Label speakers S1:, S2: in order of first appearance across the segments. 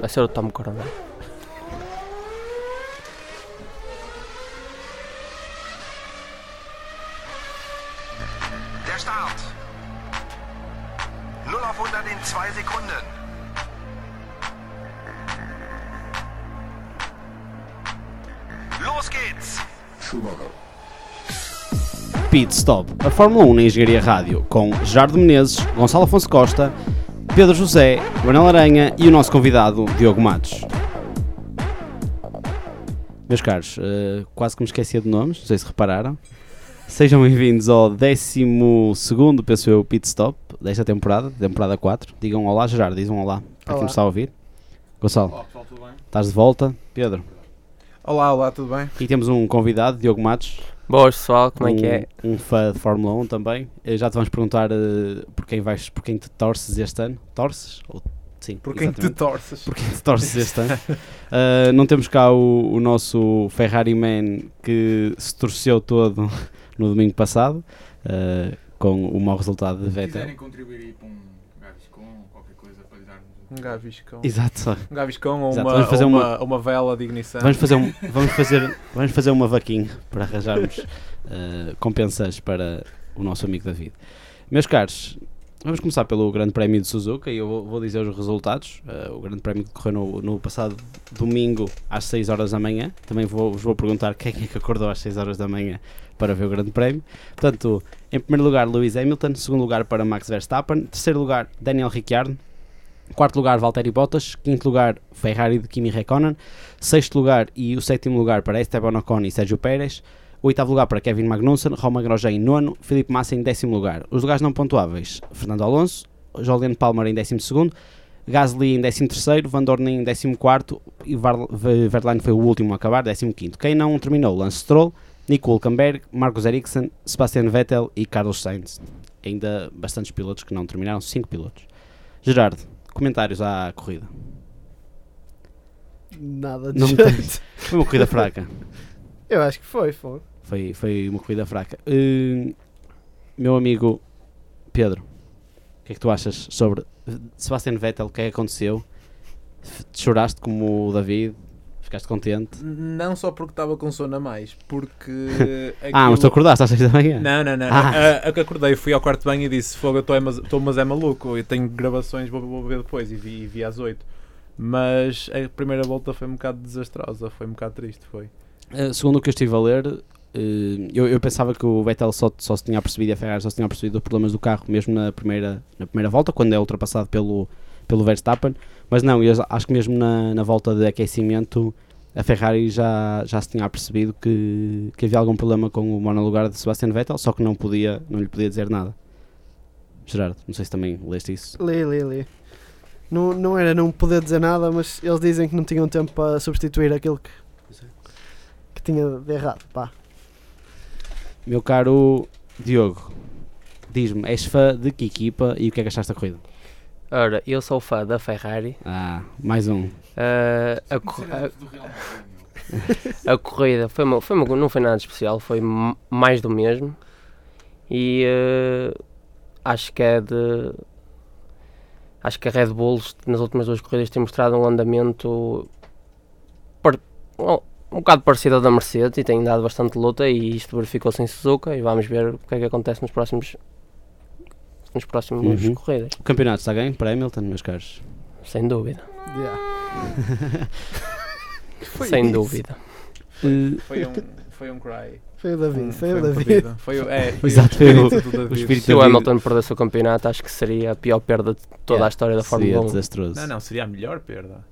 S1: Vai ser o Tom Coronel.
S2: Der Start. 0 auf 100 in 2 Sekunden. Los geht's.
S3: Pit Stop, a Fórmula 1 na Engenharia Rádio, com Jardim Menezes, Gonçalo Afonso Costa, Pedro José, Manuel Aranha e o nosso convidado, Diogo Matos. Meus caros, eh, quase que me esquecia de nomes, não sei se repararam. Sejam bem-vindos ao 12º, penso eu, Pit Stop desta temporada, temporada 4. Digam olá, Gerardo, diz um olá para quem
S4: Olá.
S3: nos está a ouvir. Gonçalo, estás de volta? Pedro.
S4: Olá, olá, tudo bem?
S3: E temos um convidado, Diogo Matos.
S1: Boas pessoal, como é que é?
S3: Um um fã de Fórmula 1 também. Eh, Já te vamos perguntar eh, por, quem vais, por quem te torces este ano. Torces? Ou, sim,
S4: Por quem te
S3: exatamente.
S4: torces?
S3: por quem te torces este ano. Eh, não temos cá o, o nosso Ferrari Man que se torceu todo no domingo passado eh, com o mau resultado de
S5: Se
S3: Vettel.
S5: quiserem contribuir aí para um gaviscon ou qualquer coisa para lhe dar um...
S4: Um gaviscão.
S3: Exato.
S4: Um gaviscão ou
S3: Exato,
S4: uma,
S3: vamos fazer
S4: ou
S3: uma-
S4: uma, ou uma vela de ignição.
S3: Vamos fazer, um- vamos, fazer, vamos fazer uma vaquinha para arranjarmos eh, compensas para o nosso amigo David. Meus caros, vamos começar pelo Grande Prémio de Suzuka e eu vou, vou dizer os resultados. Eh, o Grande Prémio que correu no, no passado domingo às 6 horas da manhã. Também vou, vos vou perguntar quem é que acordou às 6 horas da manhã para ver o Grande Prémio. Portanto, em primeiro lugar, Lewis Hamilton. Segundo lugar, para Max Verstappen. Terceiro lugar, Daniel Ricciardo. Quarto lugar, Valtteri Bottas. Quinto lugar, Ferrari de Kimi Räikkönen sexto lugar e o sétimo lugar para Esteban Ocon e Sérgio Pérez, oitavo lugar para Kevin Magnussen, Romain Grosjean em nono, Felipe Massa em décimo lugar. Os lugares não pontuáveis, Fernando Alonso, Julian Palmer em décimo segundo, Gasly em décimo terceiro, Van Dorn em décimo quarto e Var- Ve- Verlaine foi o último a acabar, décimo quinto. Quem não terminou, Lance Stroll, Nico Hülkenberg, Marcos Ericsson, Sebastian Vettel e Carlos Sainz. Ainda bastantes pilotos que não terminaram, cinco pilotos. Gerardo, comentários à corrida.
S6: Nada
S3: Não
S6: de
S3: tens. Foi uma corrida fraca.
S6: Eu acho que foi, foi.
S3: Foi, foi uma corrida fraca. Hum, meu amigo Pedro, o que é que tu achas sobre Sebastian Vettel? O que é que aconteceu? F- Choraste como o David? Ficaste contente?
S4: Não só porque estava com sono a mais, porque.
S3: um- Ah, mas tu
S4: aquilo-
S3: acordaste às 6 da manhã?
S4: Não, não, não. não.
S3: Ah.
S4: A- a que acordei, fui ao quarto de banho e disse: Fogo, eu estou, é, mas- estou, mas é maluco. Eu tenho gravações, vou, vou ver depois. E vi, e vi às 8. Mas a primeira volta foi um bocado desastrosa, foi um bocado triste. Foi.
S3: Uh, segundo o que eu estive a ler, uh, eu, eu pensava que o Vettel só, só se tinha percebido e a Ferrari só se tinha percebido os problemas do carro mesmo na primeira, na primeira volta, quando é ultrapassado pelo, pelo Verstappen, mas não, eu acho que mesmo na, na volta de aquecimento a Ferrari já, já se tinha percebido que, que havia algum problema com o monolugar de Sebastian Vettel, só que não, podia, não lhe podia dizer nada. Gerardo, não sei se também leste isso.
S6: Li, li, li. Não, não era não poder dizer nada, mas eles dizem que não tinham tempo para substituir aquilo que, que tinha de errado. Pá.
S3: Meu caro Diogo, diz-me, és fã de que equipa e o que é que achaste da corrida?
S1: Ora, eu sou fã da Ferrari.
S3: Ah, mais um.
S1: Ah, a, co-
S5: Sinceramente, do Real Madrid, meu.
S1: a- a corrida foi uma, foi uma- não foi nada especial, foi m- mais do mesmo. E eh, acho que é de. Acho que a Red Bull nas últimas duas corridas tem mostrado um andamento par- um, um bocado parecido ao da Mercedes e tem dado bastante luta e isto verificou-se em Suzuka e vamos ver o que é que acontece nos próximos nos próximos
S3: Uhum.
S1: corridas,
S3: O campeonato está ganho para Hamilton, meus caros.
S1: sem dúvida.
S6: Yeah.
S1: sem dúvida.
S4: Foi um, foi um cry.
S6: Foi o David,
S4: Um-
S6: foi, o
S4: um
S6: David.
S4: pedido. Foi o- é, foi
S3: Exato,
S4: o
S3: foi o-
S4: espírito do
S3: o
S4: David.
S3: espírito
S1: Se o
S3: David-
S1: Hamilton perdesse o campeonato, acho que seria a pior perda de toda
S3: Yeah,
S1: a história da
S3: Seria
S1: Fórmula 1.
S3: desastroso.
S4: Não, não, seria a melhor perda.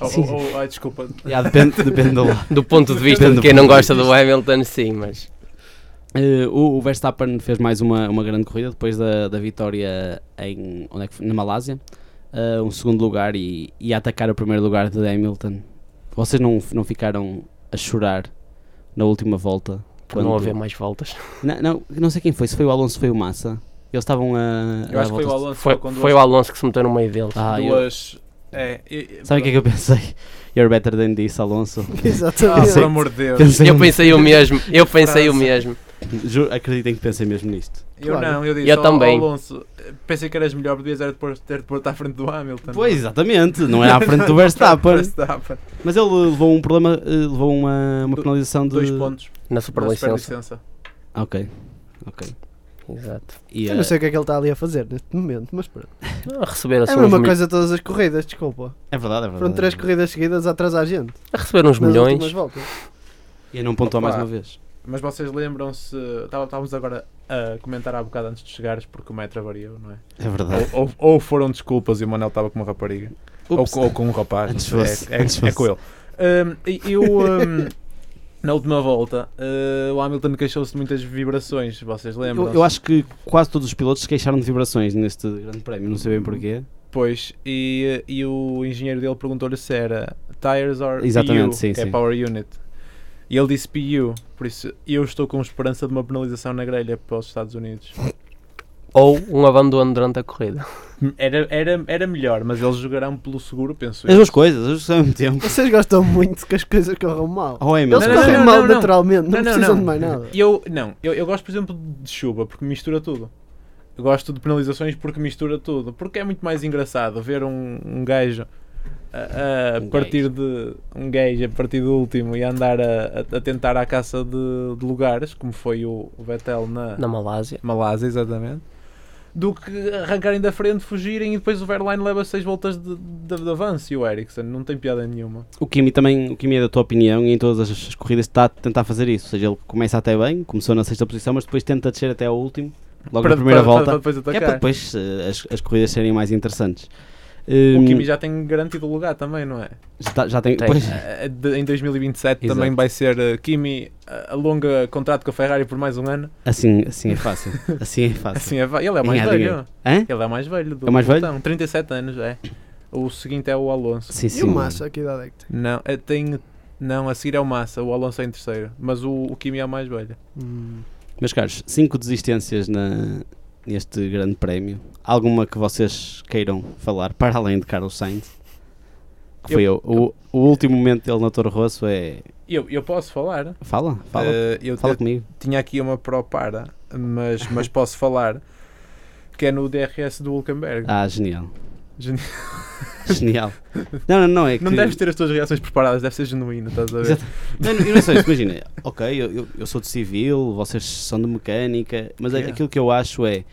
S4: ou, ou- ou- ai, desculpa.
S3: Já, depende, depende do lado.
S1: Do ponto de vista
S3: Depende
S1: de
S3: do
S1: quem
S3: ponto
S1: não
S3: de
S1: gosta do Hamilton, sim, mas
S3: Eh, o, o Verstappen fez mais uma, uma grande corrida depois da, da vitória em, onde é que foi? na Malásia. Eh, um segundo lugar e, e a atacar o primeiro lugar de Hamilton. Vocês não, não ficaram a chorar na última volta?
S1: por não
S3: Quando-
S1: haver mais voltas.
S3: Não, não, não sei quem foi, se foi o Alonso, se foi o Massa. Eles estavam a.
S4: Eu
S3: a
S4: acho que foi o
S3: voltas-
S4: Alonso
S1: Foi,
S4: com duas.
S1: foi o Alonso que se meteu no meio deles.
S3: Ah, eu-
S4: duas é, e- e-
S3: Sabe o que é que eu pensei? You're better than this, Alonso.
S6: Exatamente.
S4: Ah, pelo amor de Deus.
S3: Pensei
S1: eu
S3: um-
S1: pensei o mesmo, eu pensei o
S4: frase.
S1: mesmo.
S3: Ju- Acreditem que pensei mesmo nisto.
S4: Eu
S6: Claro.
S4: não, eu disse
S1: Eu
S4: ao-
S1: também.
S4: ao Alonso, pensei que eras melhor, podias era depois ter de pôr-te à frente do Hamilton. é
S3: Pois, exatamente, não era à frente do Verstappen.
S4: Verstappen.
S3: Mas ele levou um problema, eh, levou uma, uma
S4: Do-
S3: penalização de.
S4: Dois pontos.
S1: na
S4: Para
S1: superlicença.
S3: Ah, Ok, ok.
S1: Exato.
S3: E,
S6: Eu não
S3: eh,
S6: sei o que é que ele está ali a fazer neste momento, mas pronto.
S1: Não, A receber, assim,
S6: É a
S1: uns
S6: mesma
S1: mi-
S6: coisa todas as corridas, desculpa.
S3: É verdade, é verdade.
S6: Foram
S3: é
S6: três
S3: verdade.
S6: corridas seguidas a atrasar gente.
S1: a receber uns
S6: nas
S1: milhões.
S6: últimas voltas.
S3: E não pontuou
S4: Opa.
S3: mais uma vez.
S4: Mas vocês lembram-se. estava- Estávamos agora a comentar há bocado antes de chegares porque o metro variou, não é?
S3: É verdade.
S4: Ou, ou- ou foram desculpas e o Manel estava com uma rapariga. Ou,
S3: Ups.
S4: com- ou com um rapaz.
S3: Antes
S4: não sei,
S3: fosse,
S4: é, é-
S3: antes
S4: é
S3: fosse.
S4: com ele. Hum, e eu. hum, Na última volta, eh, o Hamilton queixou-se de muitas vibrações, vocês lembram?
S3: Eu, eu acho que quase todos os pilotos se queixaram de vibrações neste grande prémio, não sei bem porquê.
S4: Pois, e, e o engenheiro dele perguntou-lhe se era tires or
S3: Exatamente,
S4: PU,
S3: sim,
S4: que é
S3: sim.
S4: power unit. E ele disse PU, por isso eu estou com esperança de uma penalização na grelha para os Estados Unidos.
S1: Ou um abandono durante a corrida.
S4: Era, era, era melhor, mas eles jogarão pelo seguro, penso
S3: As
S4: eu.
S3: duas coisas, as duas coisas ao mesmo tempo.
S6: Vocês gostam muito que as coisas corram mal.
S3: Oh, é, meu
S6: Eles
S4: Não, não,
S6: correm
S4: não,
S6: mal
S4: não, não.
S6: naturalmente, não,
S4: Não, não,
S6: precisam
S4: não.
S6: de mais nada.
S4: Eu, não, eu, eu gosto, por exemplo, de chuva, porque mistura tudo. Eu gosto de penalizações porque mistura tudo. Porque é muito mais engraçado ver um, um gajo a, a
S3: Um
S4: partir de um gajo a partir do último e a andar a, a- a tentar à caça de, de lugares, como foi o o Vettel na,
S1: Na Malásia.
S4: Malásia, exatamente. Do que arrancarem da frente, fugirem e depois o Verline leva seis voltas de, de, de avanço e o Ericsson. Não tem piada nenhuma.
S3: O Kimi também, o Kimi é da tua opinião e em todas as as corridas está a tentar fazer isso. Ou seja, ele começa até bem, começou na sexta posição, mas depois tenta descer até ao último, logo na primeira
S4: para-
S3: volta.
S4: para depois
S3: é para
S4: atacar.
S3: depois eh, as, as corridas serem mais interessantes.
S4: O
S3: Hum,
S4: Kimi já tem garantido o lugar também, não é?
S3: já, tá- já tem.
S1: Tem.
S3: pois,
S4: Eh, de- em 2027
S3: Exato.
S4: também vai ser eh, Kimi eh, alonga contrato com a Ferrari por mais um ano.
S3: assim, assim é fácil. Assim é fácil.
S4: Assim é, va- ele é mais
S3: Ganhar
S4: velho.
S3: dinheiro. Hã?
S4: Ele é mais velho. Do
S3: É mais velho?
S4: pelotão. 37 anos, é. O seguinte é o Alonso.
S3: Sim,
S6: E
S3: sim.
S6: o Massa, que idade é que tem?
S4: Não, eh, tem. Não, a seguir é o Massa, o Alonso é em terceiro, mas o, o Kimi é o mais velho.
S6: Hum,
S3: Meus caros, cinco desistências na, neste grande prémio. Alguma que vocês queiram falar, para além de Carlos Sainz? Que foi eu, o, o último momento dele na Toro Rosso é.
S4: Eu, eu posso falar?
S3: Fala, fala,
S4: Eh, eu,
S3: fala
S4: eu
S3: comigo.
S4: tinha aqui uma pro para, mas, mas posso falar. Que é no DRS do Hulkenberg.
S3: Ah, genial.
S4: Geni-
S3: genial. Não, não, não, é que.
S4: não deves ter as tuas reações preparadas, deve ser genuíno, estás a ver?
S3: Exato. Não, não, eu não sei, imagina, ok, eu, eu, eu sou de civil, vocês são de mecânica, mas é-
S4: Yeah.
S3: aquilo que eu acho é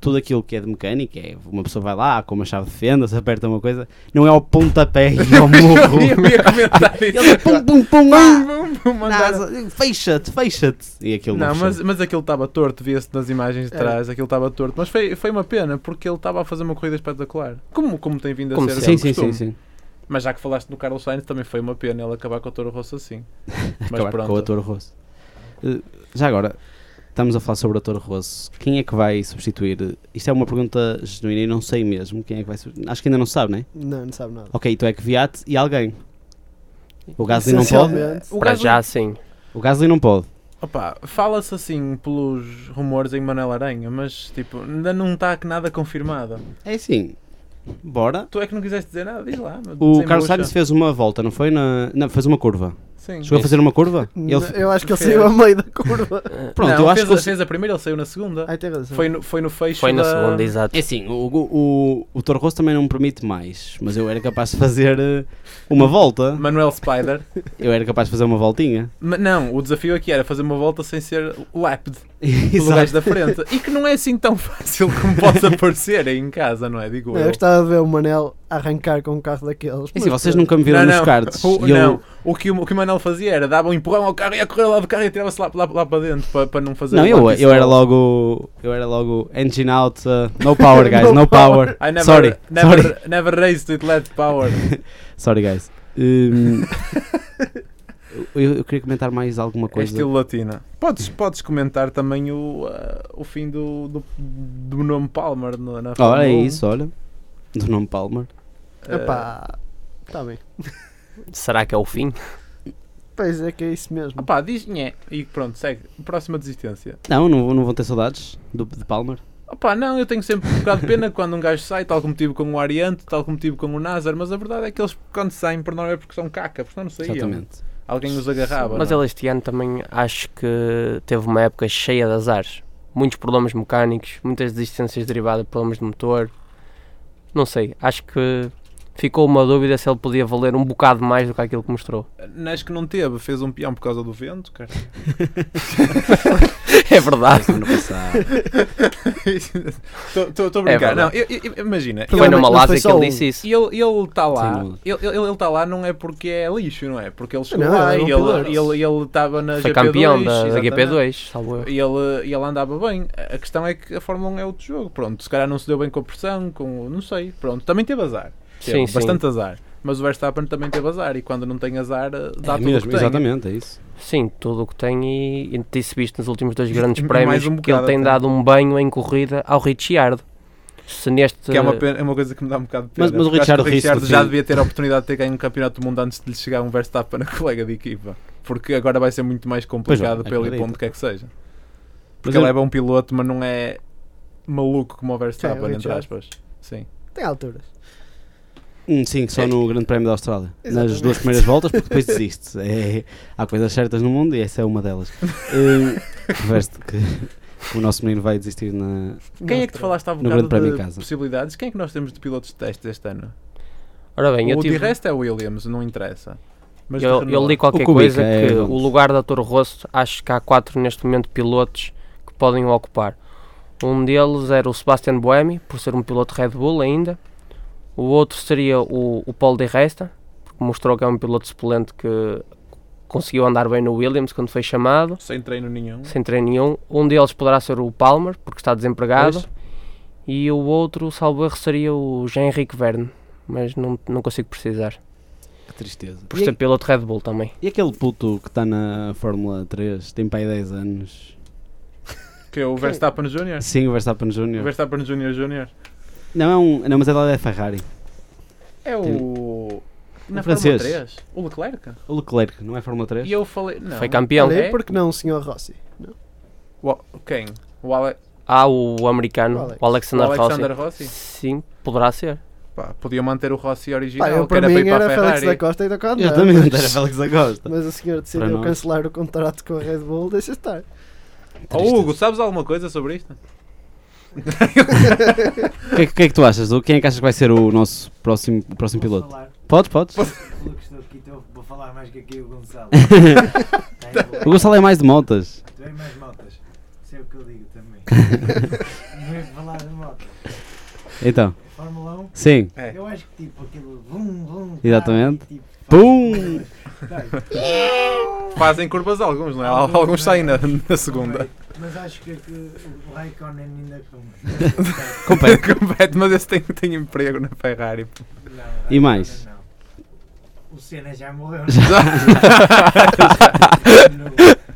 S3: tudo aquilo que é de mecânica, é uma pessoa vai lá, com uma chave de fenda, se aperta uma coisa, não é ao pontapé e ao
S4: Eu ia-
S3: morro.
S4: eu ia comentar isso.
S3: Ele é pum pum pum ah,
S4: Vum, vum, mandaram-
S3: NASA, fecha-te, fecha-te. E aquilo não,
S4: Não,
S3: fechou.
S4: mas, mas aquilo estava torto, via-se nas imagens de
S6: Era.
S4: trás, aquilo estava torto. Mas foi, foi uma pena, porque ele estava a fazer uma corrida espetacular. Como, como tem vindo a
S1: Como
S4: ser
S3: Sim,
S4: de
S3: sim, sim,
S4: costume.
S3: sim.
S4: Mas já que falaste no Carlos Sainz, também foi uma pena ele acabar com o Toro Rosso assim. Mas
S3: Acabar
S4: pronto.
S3: com o Toro Rosso. Eh, Já agora, estamos a falar sobre o Toro Rosso. Quem é que vai substituir? Isto é uma pergunta genuína e não sei mesmo quem é que vai substituir. Acho que ainda não se sabe, não é?
S6: Não, não sabe nada.
S3: Ok, então é que Viate e alguém. O
S4: é
S3: Gasly
S4: assim,
S3: não pode.
S6: Essencialmente.
S4: O
S1: Para
S4: Gasly-
S1: já, sim.
S3: O Gasly não pode.
S4: Opa, fala-se assim pelos rumores em Manel Aranha, mas tipo, ainda não está que nada confirmado.
S3: É assim. Bora.
S4: Tu é que não quiseste dizer nada, diz lá.
S3: O
S4: desembucha.
S3: Carlos Sainz fez uma volta, não foi? Na... Não, fez uma curva.
S4: Sim.
S3: Chegou a fazer uma curva? Ele...
S6: Não, Eu acho que ele
S4: fez.
S6: saiu a meio da curva.
S3: Pronto,
S4: é, Não,
S3: eu acho
S4: fez,
S3: que.
S4: a-
S3: ele- Ah,
S4: fez a primeira, ele saiu na segunda.
S6: Ai, tem razão.
S4: Foi no, foi no fecho
S1: Foi na
S4: da-
S1: segunda, exato.
S3: É assim, o, o, o Toro Rosso também não me permite mais, mas eu era capaz de fazer eh, uma volta.
S4: Manuel Spider.
S3: Eu era capaz de fazer uma voltinha.
S4: Ma- não, o desafio aqui era fazer uma volta sem ser lápide pelo gajo da frente. E que não é assim tão fácil como possa parecer aí em casa, não é? Digo
S6: Não, eu
S4: eu.
S6: gostava de ver o Manel arrancar com um carro daqueles.
S3: É assim,
S6: mas
S3: vocês
S6: pronto.
S3: nunca me viram
S4: Não,
S3: nos
S4: não.
S3: cards.
S4: O,
S3: e eu-
S4: não, o que, o o que o Manuel fazia era dava um empurrão ao carro e ia correr lá do carro e tirava-se lá, lá, lá para dentro para, para não fazer
S3: Não,
S4: o
S3: eu,
S4: lápis
S3: eu era
S4: todo.
S3: logo. Eu era logo engine out. uh, no power, guys, no power.
S4: I never,
S3: Sorry,
S4: never,
S3: sorry.
S4: never raised with lead power.
S3: Sorry, guys. Hum, eu, eu queria comentar mais alguma
S4: É
S3: coisa.
S4: estilo latina. Podes, podes comentar também o, ah, o fim do, do, do nome Palmer no- na Fórmula
S3: Olha, é
S4: 1.
S3: isso, olha. Do nome Palmer.
S4: Ah,
S6: eh, Epá, está bem.
S1: Será que é o fim?
S6: Pois é que é isso mesmo.
S4: opá, diz nhé. E pronto, segue. Próxima desistência.
S3: Não, não, vou- não vão ter saudades do, de Palmer.
S4: Opá, não, eu tenho sempre um bocado de pena quando um gajo sai, tal como tive com o Ariante, tal como tive com o Nazar, mas a verdade é que eles quando saem por norma é porque são caca, porque senão não saíam.
S3: Exatamente.
S4: Alguém os agarrava.
S1: Mas
S4: não é?
S1: ele este ano também acho que teve uma época cheia de azares. Muitos problemas mecânicos, muitas desistências derivadas de problemas de motor. Não sei, acho que ficou uma dúvida se ele podia valer um bocado mais do que aquilo que mostrou.
S4: Não, Acho que não teve, fez um peão por causa do vento, cara.
S1: É verdade.
S3: Ano passado.
S4: Estou a brincar.
S1: verdade.
S4: não, eu- eu- eu- imagina,
S6: Foi
S1: Foi
S6: Não,
S1: na
S6: mas não
S1: Malásia
S6: foi
S1: que
S6: só
S1: ele
S6: um.
S1: disse isso.
S4: E ele ele está lá,
S3: Sim,
S4: ele ele- ele está lá não é porque é lixo, não é? Porque ele chegou
S6: Não,
S4: lá
S6: era
S4: e
S6: um
S4: ele
S6: piloto.
S4: estava ele, ele estava na
S1: Foi
S4: GP2,
S1: campeão da, da
S4: exatamente.
S1: GP2, salvo eu.
S4: E ele, e ele andava bem. A a questão é que a Fórmula 1 é outro jogo. Pronto, se calhar não se deu bem com a pressão, com. não sei. Pronto, também teve azar. Teve
S1: Sim, sim.
S4: bastante azar. Mas o Verstappen também teve azar e quando não tem azar, eh, dá
S3: É
S4: tudo
S3: mesmo,
S4: o que tem.
S3: exatamente, é isso.
S1: Sim, tudo o que tem e, e disse visto nos últimos dois grandes
S4: Mais
S1: prémios
S4: um
S1: que ele
S4: bocado
S1: tem
S4: até.
S1: dado um banho em corrida ao Ricciardo. Se neste.
S4: Que é uma, pena- é uma coisa que me dá um bocado de pena.
S3: Mas- mas o
S4: porque acho que
S3: Richard
S4: Richard
S3: Risto,
S4: já
S3: sim.
S4: devia ter a oportunidade de ter ganho um campeonato do mundo antes de lhe chegar um Verstappen a colega de equipa. Porque agora vai ser muito mais complicado para ele ir para
S3: é acredito.
S4: onde quer que seja.
S3: Mas
S4: Porque ele
S3: eu-
S4: é bom piloto, mas não é maluco como o
S6: Sim, é o
S4: Verstappen, entre
S6: Richard.
S4: aspas. Sim.
S6: Tem alturas.
S3: Hum, Sim, só no Grande Prémio da Austrália. Nas
S6: Exatamente.
S3: duas primeiras voltas, porque depois desiste. É, há coisas certas no mundo e essa é uma delas. Hum, Reveste que o nosso menino vai desistir na.
S4: Quem é que te falaste há bocado
S3: Grande Prémio em
S4: de
S3: casa.
S4: possibilidades? Quem é que nós temos de pilotos de testes este ano?
S1: Ora bem, eu
S4: o
S1: tive.
S4: de resto é o Williams, não interessa. Mas de
S1: Eu, eu
S4: Renault-
S1: li qualquer
S3: O Kubica
S1: coisa
S3: é
S1: que
S3: Alonso.
S1: o lugar da Toro Rosso, acho que há quatro neste momento pilotos que podem o ocupar. Um deles era o Sebastian Buemi, por ser um piloto Red Bull ainda. O outro seria o, o Paul de Resta, porque mostrou que é um piloto suplente que conseguiu andar bem no Williams quando foi chamado,
S4: Sem treino nenhum.
S1: sem treino nenhum. Um deles poderá ser o Palmer, porque está desempregado. E o outro, salvo erro, seria o Jean-Henrique Verne, mas não, não consigo precisar.
S3: Que tristeza.
S1: Por
S3: E,
S1: ser piloto Red Bull também.
S3: e aquele puto que está na Fórmula 3, tem pai 10 anos.
S4: Que é o Verstappen Jr.
S3: Sim, o Verstappen
S4: O
S3: Jr.
S4: Verstappen Jr. Jr.
S3: Não, é um, não, mas ele é da Ferrari.
S4: É o. Na
S3: francês.
S4: Fórmula 3. O Leclerc?
S3: O Leclerc, não é Fórmula 3?
S4: E eu falei. Não.
S1: Foi campeão.
S6: Olha,
S4: É?
S6: porque não o senhor Rossi?
S4: O- Quem? O, Ale...
S1: Há Ah, o americano,
S6: O
S1: o,
S6: Alex.
S4: o
S1: Alexander,
S4: Alexander
S1: Rossi.
S4: Rossi?
S1: Sim, poderá ser.
S4: Pá, podia manter o Rossi
S6: Pá,
S4: original,
S6: eu
S4: que
S6: para
S4: era é para ir
S6: mim
S4: para
S6: era
S4: a
S6: Félix
S4: Ferrari.
S6: da Costa e da Costa.
S3: Exatamente,
S4: é
S3: era
S6: mas,
S3: Félix da Costa.
S6: mas o senhor
S3: Para
S6: decidiu
S3: nós.
S6: cancelar o contrato com a Red Bull, deixa estar.
S4: Ó, Oh, Hugo, sabes alguma coisa sobre isto?
S3: O que, é que- o que é que tu achas? Hugo? Quem é que achas que vai ser o nosso próximo, o próximo Um piloto? Podes, podes.
S7: Pelo que estou aqui, estou- vou falar mais que aqui o Gonçalo.
S3: O Gonçalo é mais de motas.
S7: Tu és mais motas. Sei o que eu digo também. Não é falar de moto.
S3: Então,
S7: É Fórmula 1.
S3: sim.
S4: É.
S7: Eu acho que tipo aquilo. Vum, vum.
S3: Exatamente.
S7: Tipo,
S3: Pum!
S4: Fazem curvas alguns, não é? Al- Alguns saem na, na segunda.
S7: mas acho que, que o Raikkonen ainda com.
S3: Compete.
S4: Compete, mas esse tem, tem emprego na Ferrari. pô.
S7: Não,
S3: E mais?
S7: Raikkonen não. é? O Senna já morreu.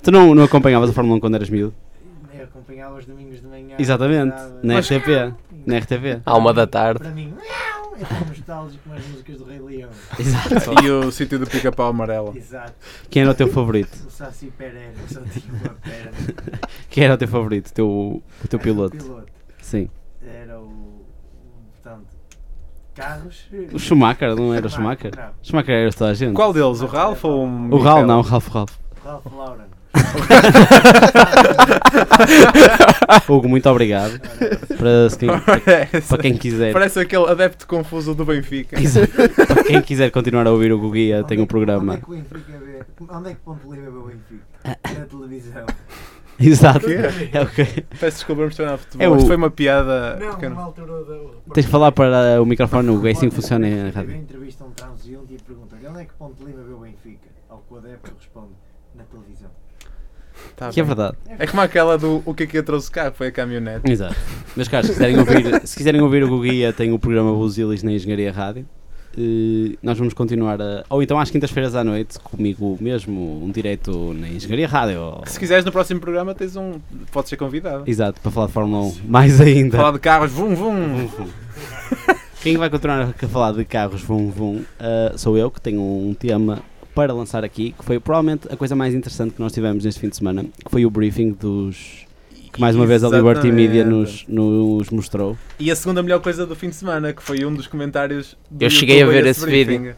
S3: Tu não, não acompanhavas a Fórmula 1 quando eras miúdo?
S7: Não, Eu acompanhava os É, domingos de manhã.
S3: Exatamente.
S7: andava-
S3: Na RTP. Na RTP.
S1: À uma da tarde.
S7: Para mim, miau, é tão nostálgico como as músicas do Rei Leão.
S3: Exato.
S4: E o sítio do pica-pau amarelo.
S7: Exato.
S3: Quem era o teu favorito?
S7: O Saci Pereira, só tinha uma perna.
S3: Quem era o teu favorito? O teu, o teu piloto?
S7: Era o piloto.
S3: Sim.
S7: Era o. o- Portanto, carros.
S3: O Schumacher, não era o Schumacher?
S7: Não,
S3: Schumacher era toda a gente.
S4: Qual deles? O Ralph ou o
S3: O
S4: Michael?
S3: Ralph, não, o Ralph, o Ralph.
S7: Ralph Lauren.
S3: Hugo, muito obrigado. Para se quem,
S4: Parece,
S3: para quem é quiser.
S4: parece aquele adepto confuso do Benfica.
S3: Para quem quiser continuar a ouvir o Guguia, tem um
S7: Onde
S3: programa.
S7: é que o Benfica vê? Onde é que Ponte Lima vê o Benfica?
S3: Ah.
S7: Na televisão.
S3: Exato.
S4: quê?
S3: É o quê?
S4: Peço desculpa por mencionar futebol.
S3: É o-
S4: Isto foi uma piada
S7: Não,
S4: pequena.
S7: me alterou da.
S3: Tens de falar para o microfone, Hugo, é assim que funciona a
S7: Eu
S3: rádio.
S7: entrevisto a um transeunte e pergunto-lhe onde é que Ponte Lima vê o Benfica? Ao que o adepto responde, na televisão.
S4: Tá
S3: Que é
S4: bem.
S3: verdade.
S4: É como aquela do o que é que eu trouxe cá, foi a caminhonete.
S3: Exato. Meus caros, se quiserem ouvir, se quiserem ouvir o Guguia, tem o programa Buzilis na Engenharia Rádio. Eh, nós vamos continuar a, ou então às quintas-feiras à noite comigo mesmo um direto na Engenharia Rádio
S4: Se quiseres no próximo programa tens um. Podes ser convidado.
S3: exato para falar de Fórmula 1 mais ainda
S4: Falar de carros, vum vum.
S3: Quem vai continuar a falar de carros vum vum ah, sou eu que tenho um tema para lançar aqui que foi provavelmente a coisa mais interessante que nós tivemos neste fim de semana que foi o briefing dos que mais uma vez a Liberty Media nos, nos mostrou
S4: E a segunda melhor coisa do fim de semana, que foi um dos comentários do
S1: Eu cheguei a
S4: YouTube
S1: ver
S4: esse
S1: esse vídeo.
S4: briefing.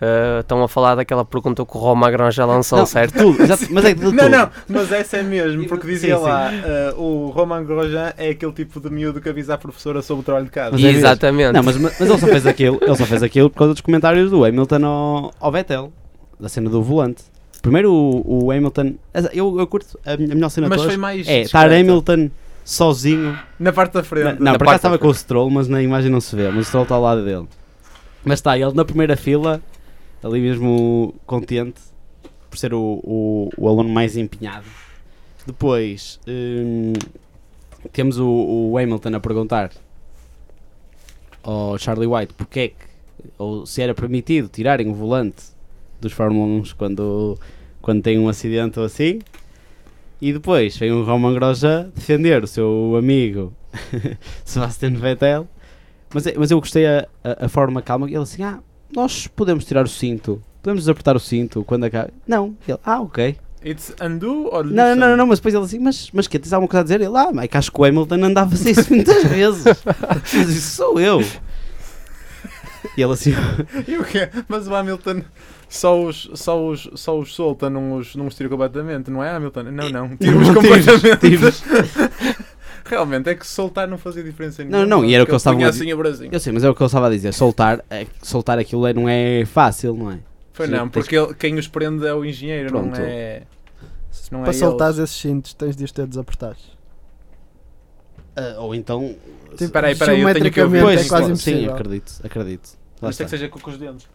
S1: eh, estão a falar daquela pergunta que o Roma Granja lançou,
S3: Não,
S1: certo?
S3: tudo, exato, mas é de tudo.
S4: Não, não, mas essa é mesmo, porque dizia
S3: Sim, sim.
S4: lá, eh, o Roman Grosjean é aquele tipo de miúdo que avisa a professora sobre o trabalho de casa.
S3: Mas é mesmo.
S1: Exatamente.
S3: Não, mas, mas ele, só fez aquilo, ele só fez aquilo por causa dos comentários do Hamilton ao, ao Vettel, da cena do volante. Primeiro o, o Hamilton, eu, eu curto a, minha- a melhor cena de
S4: Mas
S3: todas
S4: foi mais
S3: é estar
S4: discreta.
S3: Hamilton sozinho.
S4: Na parte da frente.
S3: Na- não,
S1: na
S3: por
S1: parte
S3: acaso estava
S1: da
S3: com o Stroll, mas na imagem não se vê, mas o Stroll está ao lado dele. Mas está ele na primeira fila, ali mesmo contente por ser o, o, o aluno mais empenhado. Depois hum, temos o, o Hamilton a perguntar ao Charlie White porque é que, ou se era permitido tirarem o volante dos Fórmula 1 quando, quando tem um acidente ou assim. E depois vem o Roman Grosjean defender o seu amigo Sebastian Vettel. Mas, é- mas eu gostei a, a, a forma calma. Ele assim, ah, nós podemos tirar o cinto. Podemos desapertar o cinto quando acaba. Não. Ele, ah, ok.
S4: It's undo or
S3: Não, não,
S4: loosen?
S3: não, não, mas depois ele assim, mas, mas que tens alguma coisa a dizer? Ele, ah, mas é que acho que o Hamilton andava a fazer isso muitas vezes. Mas isso sou eu. E ele assim,
S4: E o quê? Mas o Hamilton só os, só os, só os solta, não os, não os tira completamente, não é Hamilton? Não, não, tira-os
S3: Não tiras,
S4: completamente.
S3: tiras.
S4: Realmente, é que soltar não fazia diferença
S3: Não,
S4: nenhuma.
S3: não, e era o que
S4: porque
S3: eles estavam
S4: punha
S3: a
S4: assim a brasinha.
S3: eu sei, mas é o que ele estava a dizer, soltar, é- soltar aquilo é- não é fácil, não é?
S4: Foi
S3: Sim,
S4: não,
S3: tens-
S4: porque ele- quem os prende é o engenheiro,
S3: Pronto.
S4: não é... Não
S6: Para
S4: é
S6: soltares esses cintos, tens de os ter desapertados.
S3: Ah, ou então...
S6: Tipo,
S4: Peraí, peraí, eu tenho que ouvir.
S6: geometricamente é
S3: Pois,
S6: quase
S3: sim,
S6: impossível.
S3: acredito, acredito. Lá
S4: Mas tem é que
S3: está.
S4: seja com com os dedos.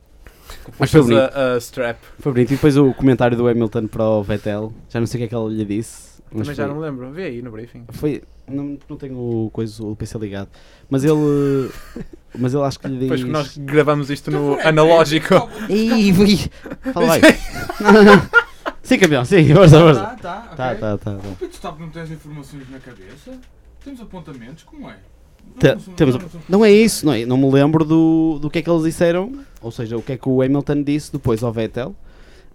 S4: Com
S3: Mas foi
S4: puxas a, a strap.
S3: Foi bonito. E depois o comentário do Hamilton para o Vettel, já não sei o que é que ele lhe disse. mas
S4: Também já
S3: foi-
S4: não me lembro. Vê aí no briefing.
S3: Foi, não, não tenho o, coisa, o PC ligado, mas ele, mas ele acho que lhe diz...
S4: Depois que nós gravamos isto no analógico.
S3: Ih, ih, fala aí. Não, não, não. Sim, campeão, sim, força, força.
S5: Tá, tá,
S3: Tá,
S5: ok.
S3: tá, tá. tá.
S5: Mas tu sabe que não tens informações na cabeça? Temos apontamentos, como é? Não
S3: Te-
S5: são-
S3: temos-
S5: são-
S3: Não é isso, não, é, não me lembro do, do que é que eles disseram, ou seja, o que é que o Hamilton disse depois ao Vettel.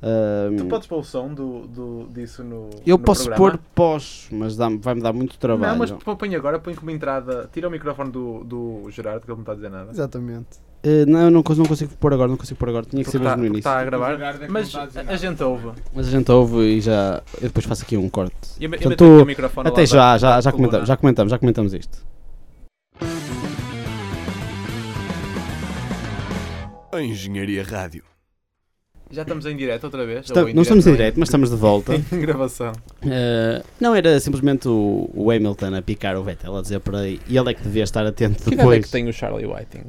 S3: Ahm,
S4: Tu podes pôr o som do, do, disso no
S3: eu
S4: no
S3: posso
S4: programa?
S3: pôr pós, mas dá-me- vai-me dar muito trabalho.
S4: Não, mas pô- põe agora, põe como entrada. Tira o microfone do, do Gerardo, que ele não está a dizer nada.
S6: Exatamente.
S3: Eh, não, não, cons- não consigo pôr agora, não consigo pôr agora, tinha que ser
S4: Porque tá-
S3: é mesmo no
S4: porque
S3: início.
S4: Está a
S5: O Gerardo é
S4: gravar.
S5: que
S4: Mas
S3: eh,
S5: não tá a dizer
S4: a
S5: nada.
S4: gente ouve.
S3: Mas a gente ouve e já. Eu depois faço aqui um corte.
S4: E eu me- eu
S3: Portanto,
S4: meto aqui
S3: tu-
S4: o microfone
S3: Até
S4: lá
S3: já,
S4: da-
S3: já, já,
S4: da
S3: comentamos,
S4: coluna.
S3: já comentamos, já comentamos isto.
S8: A Engenharia Rádio.
S4: Já estamos em direto outra vez.
S3: Está-
S4: Ou
S3: não estamos em
S4: não é?
S3: direto, mas estamos de volta.
S4: Em gravação.
S3: Eh, não era simplesmente o, o Hamilton a picar o Vettel a dizer para aí, e ele é que devia estar atento
S4: Que idade é
S3: depois.
S4: que tem o Charlie Whiting?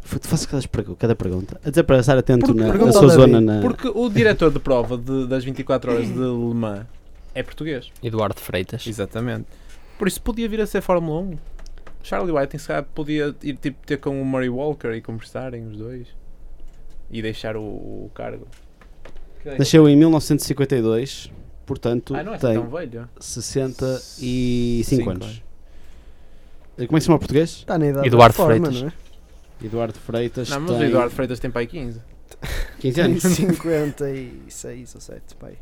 S3: Foi- te faço cada, pergu- cada pergunta. A dizer para estar atento
S6: Porque
S3: na, na
S6: pergunta
S3: sua
S6: ao
S3: zona.
S6: David,
S3: Na...
S4: Porque o diretor de prova de- das 24 horas de Le Mans é português.
S1: Eduardo Freitas.
S4: Exatamente. Por isso podia vir a ser Fórmula 1. Charlie Whiting se calhar podia ir tipo, ter com o Murray Walker e conversarem os dois. E deixar o, o cargo.
S3: Nasceu em 1952, portanto
S4: Ah, não é
S3: tem
S4: tão velho.
S3: 65
S4: Cinco
S3: anos. Eh, Como é que se chama o português?
S6: Está Tá na idade
S1: Eduardo
S6: da forma,
S1: Freitas.
S6: não é?
S3: Eduardo Freitas.
S4: Não, mas
S3: tem
S4: o Eduardo Freitas tem pai 15.
S3: 15
S6: Tem
S3: anos.
S6: 56 ou 7, pai.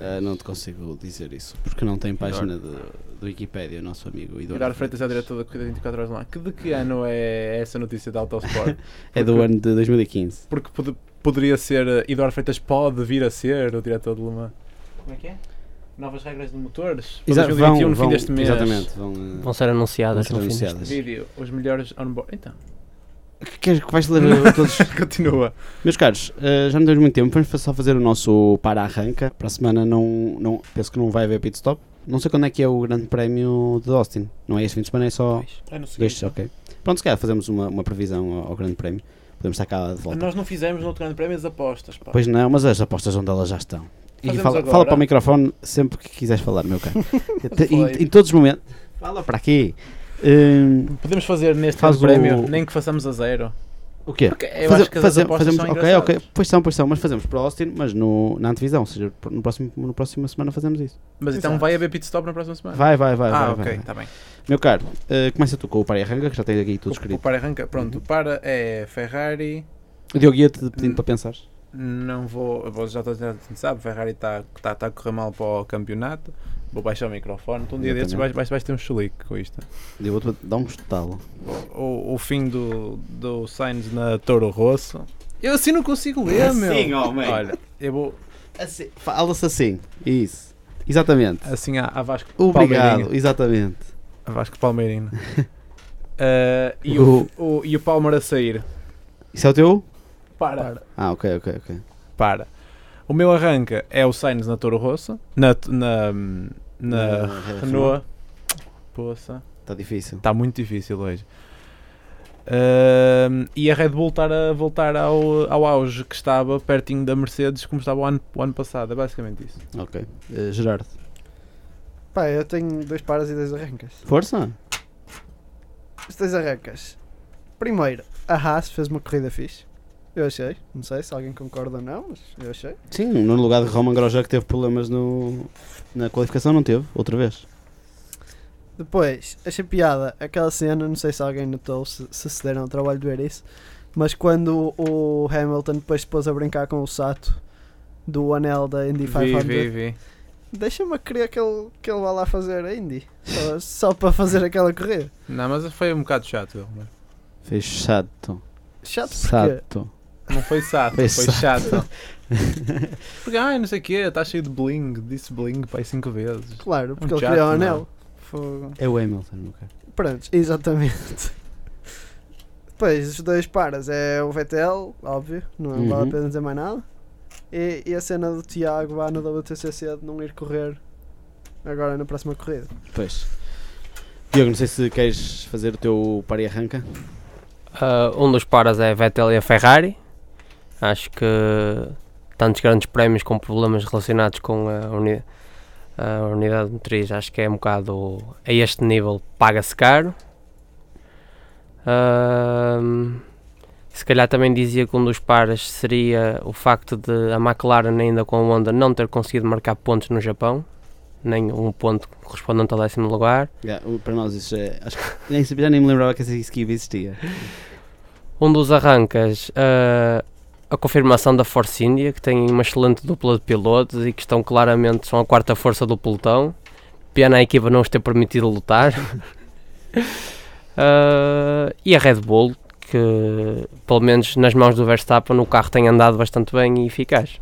S3: Ah, não te consigo dizer isso, porque não tem página do, do Wikipedia, o nosso amigo Eduardo,
S4: Eduardo Freitas é o diretor da Corrida 24 Horas lá. Que de que ano é essa notícia da Autosport?
S3: É do ano de 2015.
S4: Porque pod- poderia ser. eh, Eduardo Freitas pode vir a ser o diretor de Le Mans. Como é que é? Novas regras de motores? Para
S3: Exato,
S4: 2021,
S3: vão-
S4: no um, fim
S3: vão-
S4: deste mês.
S3: Exatamente, vão, eh,
S1: Vão ser anunciadas
S3: vão
S1: no fim
S3: ser
S1: deste-
S3: anunciadas.
S4: Vídeo, os melhores onboard. Então,
S3: Queres que vais ler eh, todos?
S4: continua.
S3: Meus caros, eh, já não temos muito tempo, vamos só fazer o nosso para-arranca. Para a semana não, não, penso que não vai haver pit stop. Não sei quando é que é o grande prémio de Austin. Não é este fim de semana, é só
S4: É no seguinte.
S3: dois, ok. Pronto, se calhar fazemos uma, uma previsão ao, ao grande prémio. Podemos estar cá de volta.
S4: Nós não fizemos no outro grande prémio as apostas, pá.
S3: Pois não, mas as apostas onde elas já estão. E
S4: Fazemos
S3: fala,
S4: agora.
S3: fala para o microfone sempre que quiseres falar, meu caro. Te-
S4: Foi.
S3: em, em todos os momentos. Fala para aqui. Hum,
S4: Podemos fazer neste
S3: Faz
S4: grande prémio,
S3: o-
S4: nem que façamos a zero.
S3: o quê?
S4: Porque eu
S3: Faze-
S4: acho que as
S3: faze-
S4: apostas
S3: fazemos,
S4: são
S3: ok, ok.
S4: engraçadas.
S3: Pois são, pois são, mas fazemos para Austin, mas no, na antevisão, ou seja, no próximo, no próxima semana fazemos isso.
S4: Mas então
S6: Exato.
S4: vai haver pit stop na próxima semana.
S3: Vai, vai, vai.
S4: ah,
S3: vai,
S4: ok,
S3: vai.
S4: está bem.
S3: Meu caro, eh, começa tu com o Pari Arranca, que já tens aqui tudo
S4: O, o
S3: escrito.
S4: para arranca, pronto. Para é Ferrari.
S3: O Diogo ia-te pedindo para pensar.
S4: Não vou. vou- Já estou a sabe, Ferrari está tá, tá a correr mal para o campeonato. Vou baixar o microfone. Então, um dia desses vais,
S3: Exatamente.
S4: vais, vais ter um chilique com isto.
S3: Eu vou-te dar um estalo.
S4: O, o fim do, do Sainz na Toro Rosso. Eu assim não consigo ler, meu.
S3: Assim, homem.
S4: Olha, eu vou.
S3: Assim, Fala-se assim. Isso. Exatamente.
S4: Assim à, à Vasco Palmeirinho.
S3: Obrigado, exatamente.
S4: A Vasco Palmeirinho. Ah, e, o, o- e o Palmer a sair.
S3: Isso é o teu?
S4: Para.
S3: Ah, ok, ok, ok.
S4: Para. O meu arranca é o Sainz na Toro Rosso. Na, na, na Renault. Poça.
S3: Está Tá difícil.
S4: Está Tá muito difícil hoje. Ahm, e a Red Bull estar a voltar ao, ao auge que estava pertinho da Mercedes, como estava o ano, o ano passado. É basicamente isso.
S3: Ok. Eh, Gerardo.
S6: Pá, eu tenho dois paras e dois arrancas.
S3: Força?
S6: Os dois arrancas. Primeiro, a Haas fez uma corrida fixe. Eu achei. Não sei se alguém concorda ou não, mas eu achei.
S3: Sim, no lugar de Roman Grosjean que teve problemas no, na qualificação, não teve, outra vez.
S6: Depois, achei piada aquela cena, não sei se alguém notou, se, se se deram ao trabalho de ver isso, mas quando o Hamilton depois se pôs a brincar com o Sato do anel da Indy 500,
S4: vi.
S6: deixa-me a crer que ele, que ele vá lá fazer a Indy, só, só para fazer aquela corrida.
S4: Não, mas foi um bocado chato. ele, mas-
S3: Fez chato.
S6: Chato porque
S3: Chato.
S4: Não foi chato,
S3: Foi
S4: foi, chato. Porque, ai, não sei o quê, está cheio de bling. Disse bling, pai, cinco vezes.
S6: Claro, porque
S4: Um
S6: ele queria o
S4: chato, não.
S6: anel. Fogo.
S3: É o Hamilton, meu caro.
S6: Pronto, exatamente. Depois, os dois paras é o Vettel, óbvio, não
S3: Uhum.
S6: vale a pena dizer mais nada. E, e a cena do Tiago lá no WTCC de não ir correr agora na próxima corrida.
S3: Pois. Diogo, não sei se queres fazer o teu par e arranca.
S1: Ah, um dos paras é Vettel e a Ferrari. Acho que tantos grandes prémios com problemas relacionados com a, uni- a unidade motriz, acho que é um bocado a este nível paga-se caro. Ahm, se calhar também dizia que um dos paras seria o facto de a McLaren ainda com a Honda não ter conseguido marcar pontos no Japão, nem um ponto correspondente ao décimo lugar.
S3: Já, o- para nós isso é. Acho que nem, já nem me lembrava que essa esquiva existia.
S1: Um dos arrancas, eh, a confirmação da Force India, que tem uma excelente dupla de pilotos e que estão claramente, são a quarta força do pelotão. Pena a equipa não os ter permitido lutar. Eh, e a Red Bull, que pelo menos nas mãos do Verstappen o carro tem andado bastante bem e eficaz.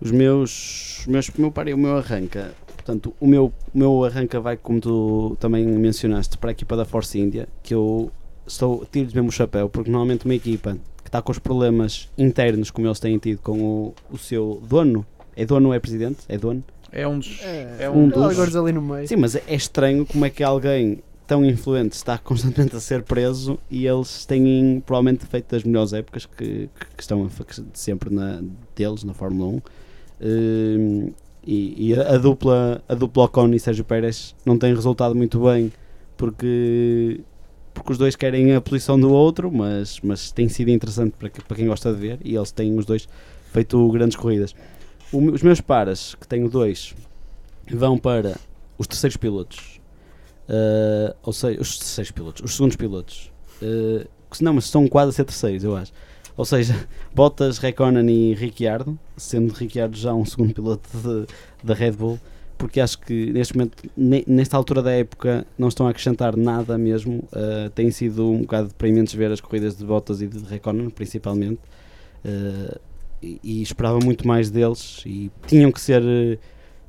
S3: Os meus. os meus o meu par e o meu arranca. Portanto, o meu, o meu arranca vai, como tu também mencionaste, para a equipa da Force India, que eu estou, tiro-lhes mesmo o chapéu, porque normalmente uma equipa que está com os problemas internos, como eles têm tido com o, o seu dono, é dono ou é presidente? É dono?
S4: É um dos.
S6: É,
S4: É
S3: um
S4: um
S3: dos-
S4: dos.
S6: Algures ali no meio.
S3: Sim, mas é estranho como é que alguém tão influente está constantemente a ser preso e eles têm provavelmente feito das melhores épocas que, que- que estão a fa- que sempre na, deles na Fórmula 1. Hum, e e a, a dupla a dupla Ocon e Sérgio Pérez não tem resultado muito bem porque porque os dois querem a posição do outro, mas, mas tem sido interessante para, que- para quem gosta de ver e eles têm os dois feito grandes corridas. O me- os meus paras, que tenho dois, vão para os terceiros pilotos, Ah, ou seja, os terceiros pilotos, os segundos pilotos, Ah, que se não, mas estão quase a ser terceiros, eu acho. Ou seja, Bottas, Reconan e Ricciardo, sendo Ricciardo já um segundo piloto de- da Red Bull, porque acho que neste momento, ne- nesta altura da época, não estão a acrescentar nada mesmo. Ah, tem sido um bocado deprimentes ver as corridas de Bottas e de Reconan, principalmente. Ah, e, e esperava muito mais deles e tinham que ser. eh,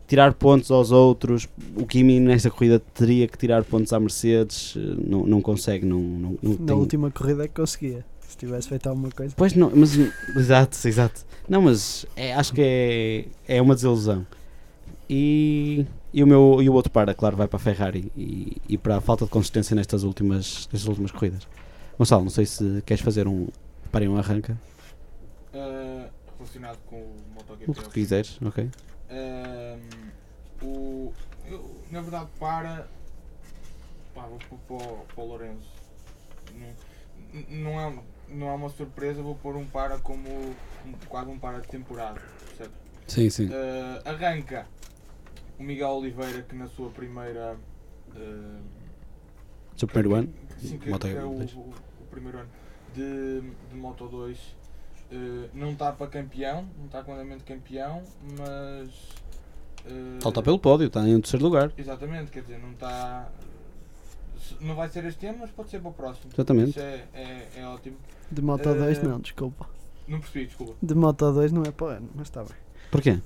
S3: tirar pontos aos outros. O Kimi nesta corrida teria que tirar pontos à Mercedes, eh, não, não consegue, não, não, não
S6: Na
S3: tem-
S6: última corrida é que conseguia, se tivesse feito alguma coisa.
S3: Pois não, mas exato, exato. Não, mas é- acho que é, é uma desilusão. E, e o meu e o outro para, claro, vai para a Ferrari e, e para a falta de consistência nestas últimas, nestas últimas corridas. Gonçalo, não sei se queres fazer um para um arranca,
S5: Ah, relacionado com o MotoGP.
S3: eh, o que tu quiseres, ok?
S5: Ahm, o, eu, na verdade, para. Pá, vou pôr para, o- para o Lourenço. Não, n- não, é, um- não é uma surpresa, vou pôr um para como um, quase um para de temporada. percebe?
S3: Sim, sim.
S5: Ah, arranca o Miguel Oliveira, que na sua primeira. ah,
S3: Seu primeiro ano,
S5: Sim, que,
S3: Moto
S5: que é o,
S3: dois.
S5: o- o primeiro ano de, de Moto 2. eh, não está para campeão, não está com andamento de campeão, mas. eh,
S3: salta pelo pódio, está em terceiro lugar.
S5: Exatamente, quer dizer, não está. Não vai ser este ano, mas pode ser para o próximo.
S3: Exatamente.
S5: Isso é, é, é ótimo.
S6: De Moto 2,
S5: Eh,
S6: não, desculpa.
S5: Não percebi, desculpa.
S6: De Moto 2 não é para o ano, mas está bem.
S3: Porquê?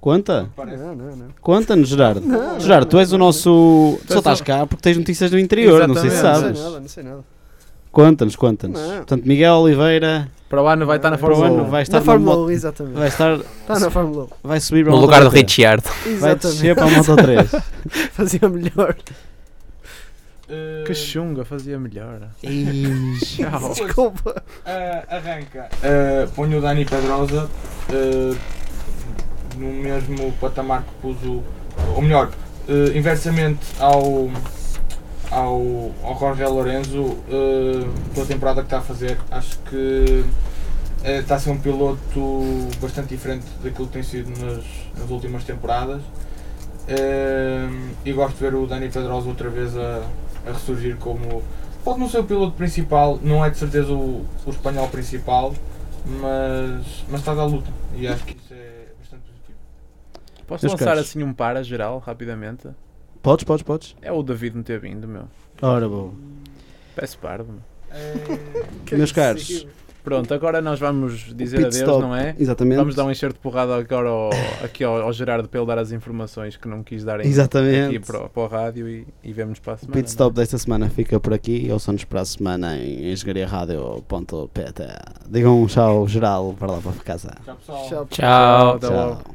S3: Conta?
S5: Parece.
S6: Não, não, não.
S3: Conta-nos, Gerardo. Gerardo, tu és o nosso. Tu só estás cá porque tens notícias do interior, não sei se
S6: Não sei
S3: sabes.
S6: nada, não sei nada.
S3: Conta-nos, conta-nos.
S6: Não.
S3: Portanto, Miguel Oliveira,
S4: Para o ano vai estar na
S6: Para
S3: É, para o
S4: Fórmula
S3: ano
S4: 1.
S3: vai estar
S6: Na Fórmula
S3: moto-
S6: 1, exatamente.
S3: Vai estar.
S6: Está na Fórmula 1.
S3: Vai subir para
S1: No
S3: a
S1: lugar do
S3: Moto3.
S1: Richard.
S3: Vai
S6: Exatamente.
S3: descer para a Moto 3.
S6: Fazia melhor.
S5: Eh,
S4: Que chunga, fazia melhor.
S5: depois,
S6: Desculpa.
S5: ah, arranca. Ah, ponho o Dani Pedrosa ah, no mesmo patamar que pus o. Ou melhor, ah, inversamente ao. Ao, ao Jorge Lorenzo, ah, pela temporada que está a fazer, acho que ah, está a ser um piloto bastante diferente daquilo que tem sido nas, nas últimas temporadas. Ah, e gosto de ver o Dani Pedrosa outra vez a, a ressurgir como, Pode não ser o piloto principal, não é de certeza o, o espanhol principal, mas, mas está da luta e acho que isso é bastante positivo.
S4: Posso
S3: Meus
S4: lançar
S3: caros.
S4: assim um para geral, rapidamente?
S3: Podes, podes, podes.
S4: É o David não ter vindo, meu.
S3: Ora, boa.
S4: Peço pardon.
S5: É,
S3: Meus caros,
S4: Pronto, agora nós vamos dizer
S3: pit
S4: adeus,
S3: stop.
S4: não é?
S3: exatamente.
S4: Vamos dar um enxerto de porrada agora ao, aqui ao, ao Gerardo para ele dar as informações que não quis dar em,
S3: Exatamente.
S4: aqui para, o- para o rádio e, e vemos para a
S3: O
S4: semana. é?
S3: pit stop desta semana fica por aqui. Eu sou-nos para a semana em engenhariaradio.pt. Digam um tchau geral para lá para casa.
S5: tchau pessoal.
S4: não é?
S6: Tchau.
S1: Tchau.
S4: Até logo.
S3: Tchau.